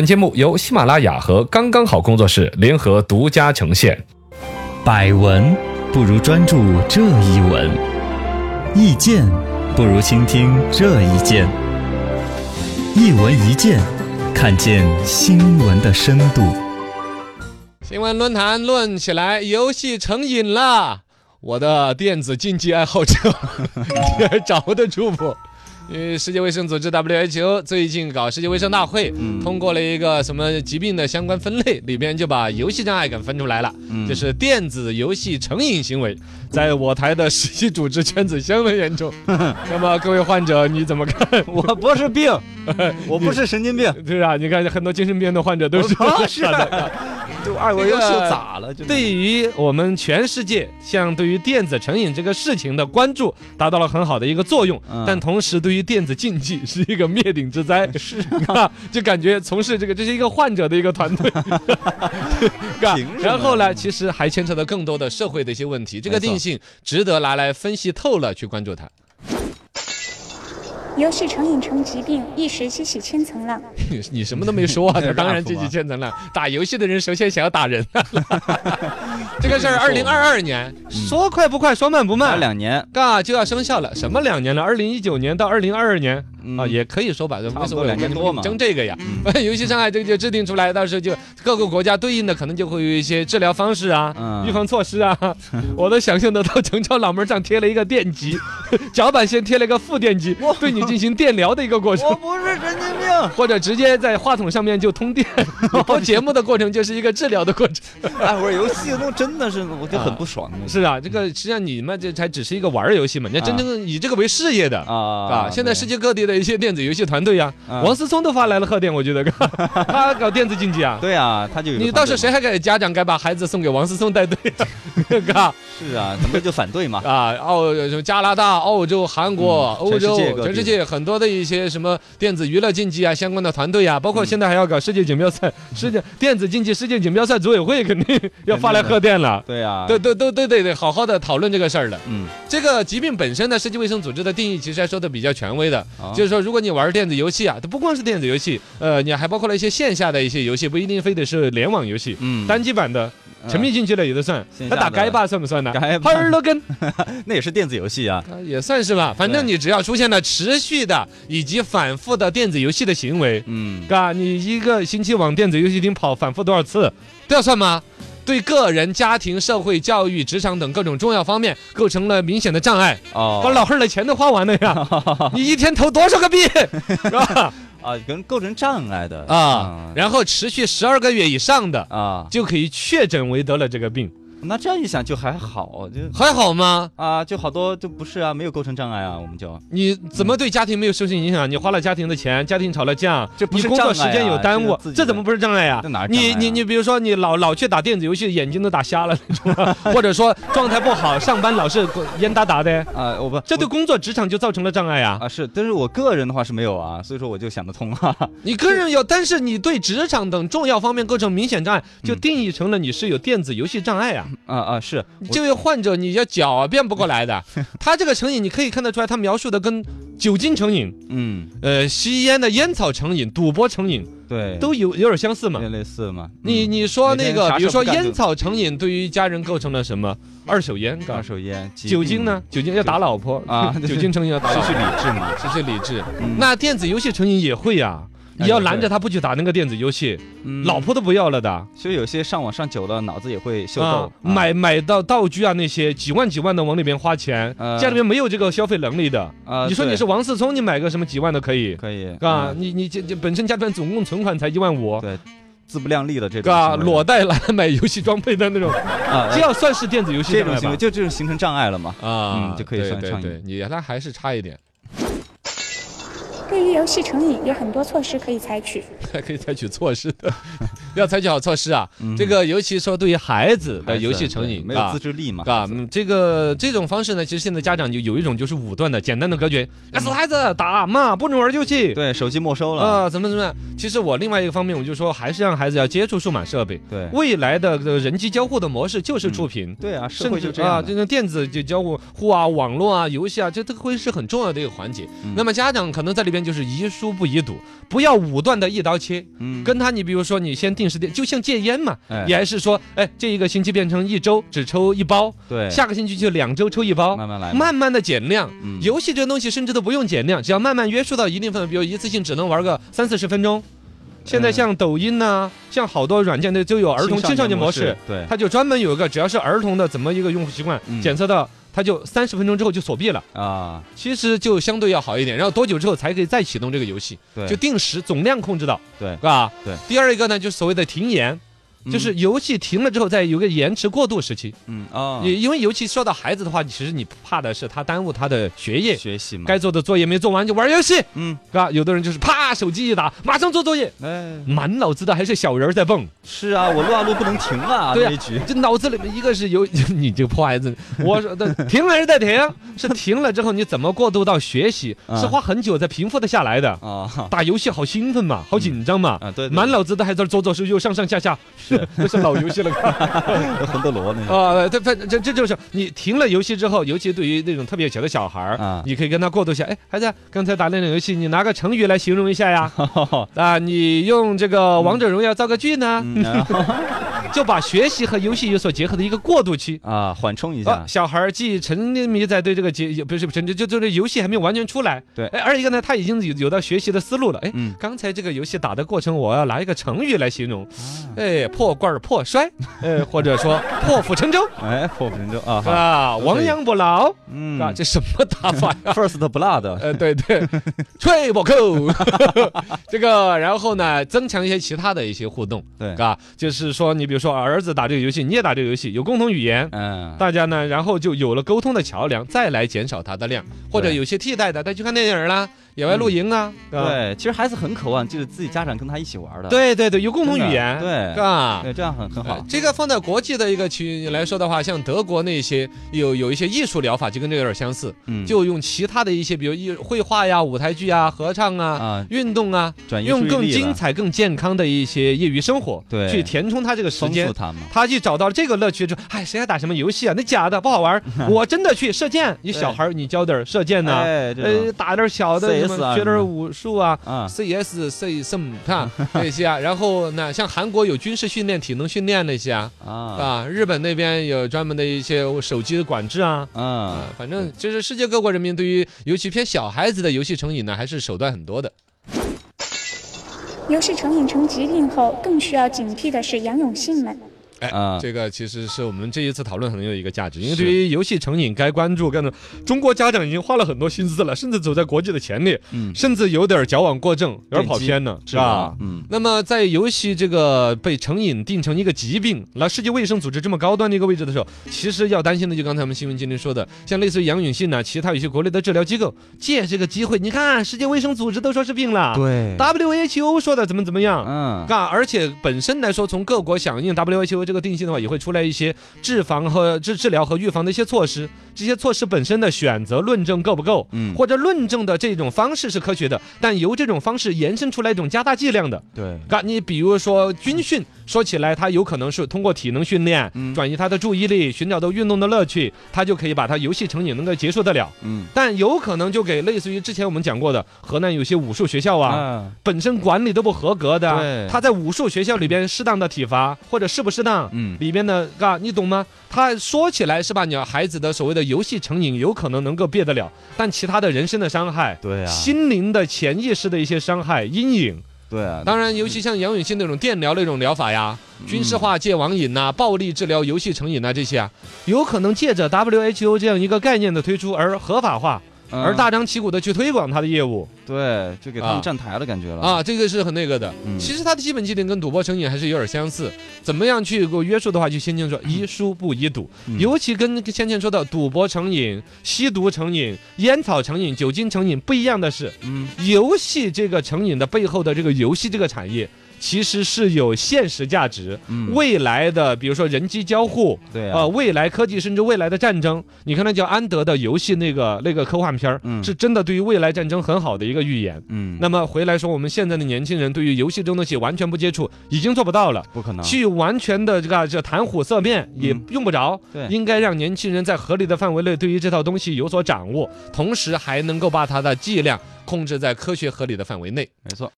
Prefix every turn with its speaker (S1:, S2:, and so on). S1: 本节目由喜马拉雅和刚刚好工作室联合独家呈现。
S2: 百闻不如专注这一闻，意见不如倾听这一见。一闻一见，看见新闻的深度。
S1: 新闻论坛论起来，游戏成瘾了。我的电子竞技爱好者， 掌握得住不？因为世界卫生组织 WHO 最近搞世界卫生大会，通过了一个什么疾病的相关分类，里边就把游戏障碍给分出来了，就是电子游戏成瘾行为，在我台的实习组织圈子相当严重。那么各位患者你怎么看？
S3: 我不是 病，我不是神经病，
S1: 对啊，你看很多精神病的患者都是
S3: 不是就二狗又
S1: 这个
S3: 咋了？就
S1: 对于我们全世界，像对于电子成瘾这个事情的关注，达到了很好的一个作用。
S3: 嗯
S1: 但同时，对于电子竞技是一个灭顶之灾。 是 啊，就感觉从事这个，这是一个患者的一个团 队。是吧
S3: 凭什么
S1: 然后呢，其实还牵扯到更多的社会的一些问题。这个
S3: 没错
S1: 定性值得拿来分析透了去关注它。
S4: 游戏成瘾成疾病，一时激起千层浪。
S1: 你你什么都没说 啊？那
S3: 这是
S1: 当然
S3: rap
S1: 积极
S3: 吗
S1: 千层了。打游戏的人首先想要打人。啊 这个事儿，二零二二年说快不快，说慢不
S3: 那
S1: 慢。
S3: 两年
S1: 嘎就要生效了，什么两年了？二零一九年到二零二二年
S3: 嗯
S1: 啊，也可以说吧，
S3: 不
S1: 无
S3: 多
S1: 所谓，
S3: 两年多嘛嗯
S1: 争这个呀。 游戏伤害这个就制定出来，到时候就各个国家对应的可能就会有一些治疗方式啊、
S3: 嗯
S1: 预防措施 啊。我都想象得到，城墙脑门上贴了一个电 极，脚板先贴了一个负电极，对你进行电疗的一个过程
S3: 我。不是神经病。
S1: 或者直接在话筒上面就通 电，播节目的过程就是一个治疗的过程。
S3: 哎，我说游戏弄真的是，我就很不爽那种
S1: 是啊，这个实际上你们这才只是一个玩儿游戏嘛，人家真正以这个为事业的。
S3: 啊
S1: 啊，现在世界各地的一些电子游戏团队呀、
S3: 啊
S1: 王思聪都发来了贺电，我觉得， 他搞电子竞技啊，
S3: 对啊，他就有
S1: 你
S3: 个团
S1: 倒
S3: 队
S1: 是谁还给家长该把孩子送给王思聪带队 啊？嘎
S3: 是啊，咱们就反对嘛。
S1: 啊，澳什么加拿大、澳洲、韩国、
S3: 嗯
S1: 欧洲、
S3: 全世界各地
S1: 全世界很多的一些什么电子娱乐竞技啊相关的团队啊，
S3: 嗯
S1: 包括现在还要搞世界锦标赛、世界电子竞技世界锦标赛组委会肯定要发来贺电了。
S3: 对啊，
S1: 对，对对对对对，好好的讨论这个事儿了。
S3: 嗯，
S1: 这个疾病本身呢，世界卫生组织的定义其实还说的比较权威的，
S3: 哦
S1: 就是说，如果你玩电子游戏啊，它不光是电子游戏，呃，你还包括了一些线下的一些游戏，不一定非得是联网游戏，
S3: 嗯
S1: 单机版的、沉迷进去了也都算
S3: 线。
S1: 那
S3: 下
S1: 打
S3: 的
S1: 街霸算不算呢？
S3: 街霸
S1: 哈尔罗 根
S3: 那也是电子游戏啊。
S1: 呃也算是吧，反正
S3: 对
S1: 你只要出现了持续的以及反复的电子游戏的行为，
S3: 嗯，
S1: 嘎，你一个星期往电子游戏厅跑反复多少次，都要算吗？对个人、家庭、社会、教育、职场等各种重要方面构成了明显的障碍，把
S3: 哦，
S1: 老汉儿的钱都花完了呀！你一天投多少个币，是吧？
S3: 啊，跟构成障碍的
S1: 啊，然后持续十二个月以上的，
S3: 嗯啊，
S1: 就可以确诊为得了这个病，
S3: 那这样一想就还好，就
S1: 还好吗？
S3: 啊，就好多就不是啊，没有构成障碍啊，我们就
S1: 你怎么对家庭没有修行影响？你花了家庭的钱，家庭吵了架，
S3: 这不
S1: 你
S3: 是
S1: 工作时
S3: 障碍啊
S1: 间有耽误
S3: 这是自，己的
S1: 这怎么不是障碍呀
S3: 这哪？是障碍
S1: 你
S3: 啊
S1: 你你，比如说你老老去打电子游戏，眼睛都打瞎了，那 种啊或者说状态不好，上班老是烟哒哒的，
S3: 啊，我不
S1: 这对工作职场就造成了障碍啊！
S3: 啊是，但是我个人的话是没有啊，所以说我就想得通啊。
S1: 你个人有，但是你对职场等重要方面构成明显障碍，
S3: 嗯
S1: 就定义成了你是有电子游戏障碍啊。
S3: 啊啊是，我
S1: 这位患者，你要狡辩不过来 的。他这个成瘾，你可以看得出来，他描述的跟酒精成瘾、
S3: 嗯
S1: 呃吸烟的烟草成瘾、赌博成瘾
S3: 对，
S1: 都有有点相似嘛
S3: 有。点类似嘛。
S1: 你
S3: 嗯
S1: 你说那
S3: 每天啥
S1: 个，
S3: 事
S1: 比如说
S3: 不干就
S1: 烟草成瘾，对于家人构成了什么？二手烟，
S3: 二
S1: 嘎
S3: 手烟、疾
S1: 酒
S3: 病
S1: 精呢？？酒精要打老婆
S3: 啊
S1: 酒精成瘾要打
S3: 失
S1: 老
S3: 去
S1: 婆，
S3: 理智嘛？
S1: 失去理智。
S3: 嗯
S1: 那电子游戏成瘾也会呀，
S3: 那
S1: 你要
S3: 也
S1: 拦
S3: 会
S1: 着他不去打那个电子游戏，
S3: 嗯
S1: 老婆都不要了的。
S3: 其实有些上网上久了，脑子也会秀
S1: 啊
S3: 逗。，
S1: 买买到道具啊那些几万几万的往里边花钱，
S3: 呃
S1: 家里面没有这个消费能力的。
S3: 啊，
S1: 你说你
S3: 对
S1: 是王思聪，你买个什么几万的可以？
S3: 可以
S1: 啊，
S3: 嗯
S1: 你你这这本身家里面总共存款才一万五，
S3: 对，自不量力的这种
S1: 啊，
S3: 行为
S1: 裸贷来买游戏装备的那种，
S3: 啊，
S1: 这要算是电子游戏
S3: 这
S1: 障
S3: 种
S1: 碍
S3: 行为
S1: 吧？
S3: 就这种形成障碍了嘛？
S1: 啊
S3: 嗯就可以算
S1: 对对
S3: 上瘾
S1: 对，你那还是差一点，
S4: 对于游戏成瘾，有很多措施可以采取。
S1: 还可以采取措 施
S3: 嗯
S1: 的，要采取好措施啊。这个尤其说对于孩子的
S3: 孩
S1: 游
S3: 子
S1: 戏成
S3: 对
S1: 瘾，
S3: 没
S1: 啊
S3: 有自制力嘛？
S1: 啊，嗯，这个这种方式呢，其实现在家长就有一种就是武断的、简单的隔绝，哎，死孩子，打骂，不准玩游戏。
S3: 对，手机没收了。
S1: 啊，怎么怎么样？其实我另外一个方面，我就说还是让孩子要接触数码设备。
S3: 对
S1: 未来的这个人机交互的模式就是触屏，
S3: 对啊，社
S1: 甚
S3: 会
S1: 至
S3: 就这
S1: 啊，
S3: 样
S1: 这
S3: 的。
S1: 种电
S3: 嗯
S1: 子就交互互啊、网络啊、游戏啊，这都会是很重要的一个环节。那么家长可能在里边就就是宜疏不宜堵，不要武断的一刀切。
S3: 嗯，
S1: 跟他，你比如说，你先定时定，就像戒烟嘛，
S3: 哎
S1: 也是说，哎，这一个星期变成一周只抽一包，
S3: 对，
S1: 下个星期就两周抽一包，
S3: 慢慢来嘛，
S1: 慢慢的减量。
S3: 嗯
S1: 游戏这东西甚至都不用减量，只要慢慢约束到一定份，比如一次性只能玩个三四十分钟。现
S3: 嗯
S1: 在像抖音呐、像好多软件的就有儿童青少年模式，，
S3: 对，
S1: 它就专门有一个，只要是儿童的怎么一个用户习惯
S3: 嗯
S1: 检测到，它就三十分钟之后就锁闭了。
S3: 啊，
S1: 其实就相对要好一点，然后多久之后才可以再启动这个游戏？
S3: 对，
S1: 就定时总量控制到，
S3: 对
S1: 是吧？
S3: 对。
S1: 第二一个呢，就是所谓的停延，
S3: 嗯
S1: 就是游戏停了之后，再有个延迟过渡时期。
S3: 嗯啊，
S1: 也因为尤其说到孩子的话，其实你怕的是他耽误他的学业，
S3: 学习嘛，
S1: 该做的作业没做完就玩游戏，
S3: 嗯，
S1: 是吧？有的人就是啪手机一打，马上做作业，
S3: 哎，
S1: 满脑子的还是小人儿在蹦，
S3: 是啊，我撸啊撸不能停啊，
S1: 对啊
S3: 这一局，
S1: 这脑子里面一个是有 你这个破孩子，我说的停还是在停，啊是停了之后你怎么过渡到学习，
S3: 啊
S1: 是花很久才平复的下来的。
S3: 啊哈
S1: 打游戏好兴奋嘛，好紧张嘛，
S3: 啊，对，对
S1: 满脑子都还在左左右右上上下下， 是这是老游戏 了。
S3: 对魂斗罗那 种，
S1: 啊，对，反这这就是你停了游戏之后，尤其对于那种特别小的小孩儿，
S3: 啊
S1: 你可以跟他过渡一下。哎，孩子，刚才打那种游戏，你拿个成语来形容一下 呀。啊，你用这个王者荣耀造个句呢，
S3: 嗯 然后
S1: 就把学习和游戏有所结合的一个过渡期。
S3: 啊，缓冲一
S1: 啊，
S3: 下，
S1: 小孩儿既沉迷在对这个结，不是沉就就就这游戏还没有完全出来，
S3: 对
S1: 哎，二一个呢，他已经有有到学习的思路了，哎，
S3: 嗯，
S1: 刚才这个游戏打的过程，我要拿一个成语来形容，
S3: 啊
S1: 哎，破罐儿破摔，哎，或者说破釜沉舟，
S3: 哎，破釜沉舟啊，哈
S1: 啊，
S3: 都可以
S1: 亡羊补牢，
S3: 嗯
S1: 啊，这什么打法 呀？
S3: ，First Blood，
S1: 呃，对 对，吹不扣， 这个，然后呢，增强一些其他的一些互动，
S3: 对
S1: 啊，就是说，你比如说儿子打这个游戏，你也打这个游戏，有共同语言，
S3: 嗯，
S1: 大家呢，然后就有了沟通的桥梁，再来减少它的量，或者
S3: 对
S1: 有些替代的，带去看电影啦，野外露营啊，啊，
S3: 对，其实孩子很渴望就是自己家长跟他一起玩的，
S1: 对对对，有共
S3: 真的，
S1: 同语言，
S3: 对，
S1: 啊，
S3: 对，这样很很
S1: 呃
S3: 好，
S1: 这个放在国际的一个区域来说的话，像德国那些有有一些艺术疗法，就跟这个有点相似，
S3: 嗯，
S1: 就用其他的一些，比如艺绘画呀、舞台剧啊、合唱啊、
S3: 啊，
S1: 运动啊，
S3: 转移
S1: 用
S3: 注
S1: 更
S3: 意力
S1: 精
S3: 了，
S1: 彩、更健康的一些业余生活，
S3: 对
S1: 去填充他这个时
S3: 丰
S1: 间
S3: 富。他们，
S1: 他去找到这个乐趣之后，哎，谁还打什么游戏啊？那假的不好玩 儿，我真的去射箭。你小孩儿，你教点儿射箭呐，
S3: 嗯哎，这
S1: 呃，
S3: 种
S1: 打点儿小的什
S3: CS 啊
S1: 么，学点儿武术啊。
S3: 啊，
S1: CS、C 什么 啊那些啊，然后呢，像韩国有军事训练、体能训练那些啊，
S3: 啊
S1: 啊，日本那边有专门的一些手机的管制啊。
S3: 啊
S1: 啊，反正就是世界各国人民对于尤其偏小孩子的游戏成瘾呢，还是手段很多的。
S4: 游戏成瘾成疾病后，更需要警惕的是杨永信们。
S1: 哎
S3: 啊
S1: 这个其实是我们这一次讨论很有一个价值，因为
S3: 是
S1: 对于游戏成瘾该关注，干的中国家长已经花了很多心思了，甚至走在国际的前列，
S3: 嗯，
S1: 甚至有点矫枉过正，有点跑
S3: 电击
S1: 偏了，是
S3: 是
S1: 吧
S3: 吧？？嗯
S1: 那么，在游戏这个被成瘾定成一个疾病，那世界卫生组织这么高端的一个位置的时候，其实要担心的就刚才我们新闻今天说的，像类似于杨永信呐、其他有些国内的治疗机构借这个机会，你看世界卫生组织都说是病了
S3: 对，
S1: ，WHO 说的怎么怎么样。
S3: 嗯
S1: 啊，而且本身来说，从各国响应 WHO 这个定性的话，也会出来一些治防和治治疗和预防的一些措施。这些措施本身的选择论证够不够，
S3: 嗯，
S1: 或者论证的这种方式是科学的，但由这种方式延伸出来一种加大剂量的，
S3: 对，
S1: 啊，你比如说军训，说起来，他有可能是通过体能训练、
S3: 嗯
S1: 转移他的注意力，寻找到运动的乐趣，他就可以把他游戏成瘾能够结束得了。
S3: 嗯
S1: 但有可能就给类似于之前我们讲过的河南有些武术学校啊，
S3: 啊，
S1: 本身管理都不合格的
S3: 对，
S1: 他在武术学校里边适当的体罚或者适不适当，
S3: 嗯
S1: 里边的啊，你懂吗？他说起来是吧？你孩子的所谓的游戏成瘾有可能能够避得了，但其他的人身的伤害。
S3: 对啊，
S1: 心灵的潜意识的一些伤害、阴影，
S3: 对啊，
S1: 当然，尤其像杨永信那种电疗那种疗法呀，
S3: 嗯
S1: 军事化戒网瘾呐、暴力治疗游戏成瘾呐、这些啊，有可能借着 WHO 这样一个概念的推出而合法化，
S3: 嗯
S1: 而大张旗鼓的去推广它的业务
S3: 对，就给他
S1: 啊
S3: 们站台了，感觉了，
S1: 啊，这个是很那个的。
S3: 嗯
S1: 其实它的基本技能跟赌博成瘾还是有点相似。怎么样去给呃我约束的话，就先前说宜疏不宜赌，
S3: 嗯
S1: 尤其跟先前说的赌博成瘾、吸毒成瘾、烟草成瘾、酒精成瘾不一样的是，
S3: 嗯
S1: 游戏这个成瘾的背后的这个游戏这个产业，其实是有现实价值。
S3: 嗯
S1: 未来的，比如说人机交互，
S3: 对啊
S1: 呃，，未来科技甚至未来的战争，你看那叫安德的游戏那个那个科幻片儿，
S3: 嗯
S1: 是真的对于未来战争很好的一个预言。
S3: 嗯，
S1: 那么回来说，我们现在的年轻人对于游戏这种东西完全不接触，已经做不到了。
S3: 不可能，
S1: 去完全的这个这谈虎色变也
S3: 啊嗯
S1: 用不着，
S3: 对
S1: 应该让年轻人在合理的范围内对于这套东西有所掌握，同时还能够把它的剂量控制在科学合理的范围内。
S3: 没错，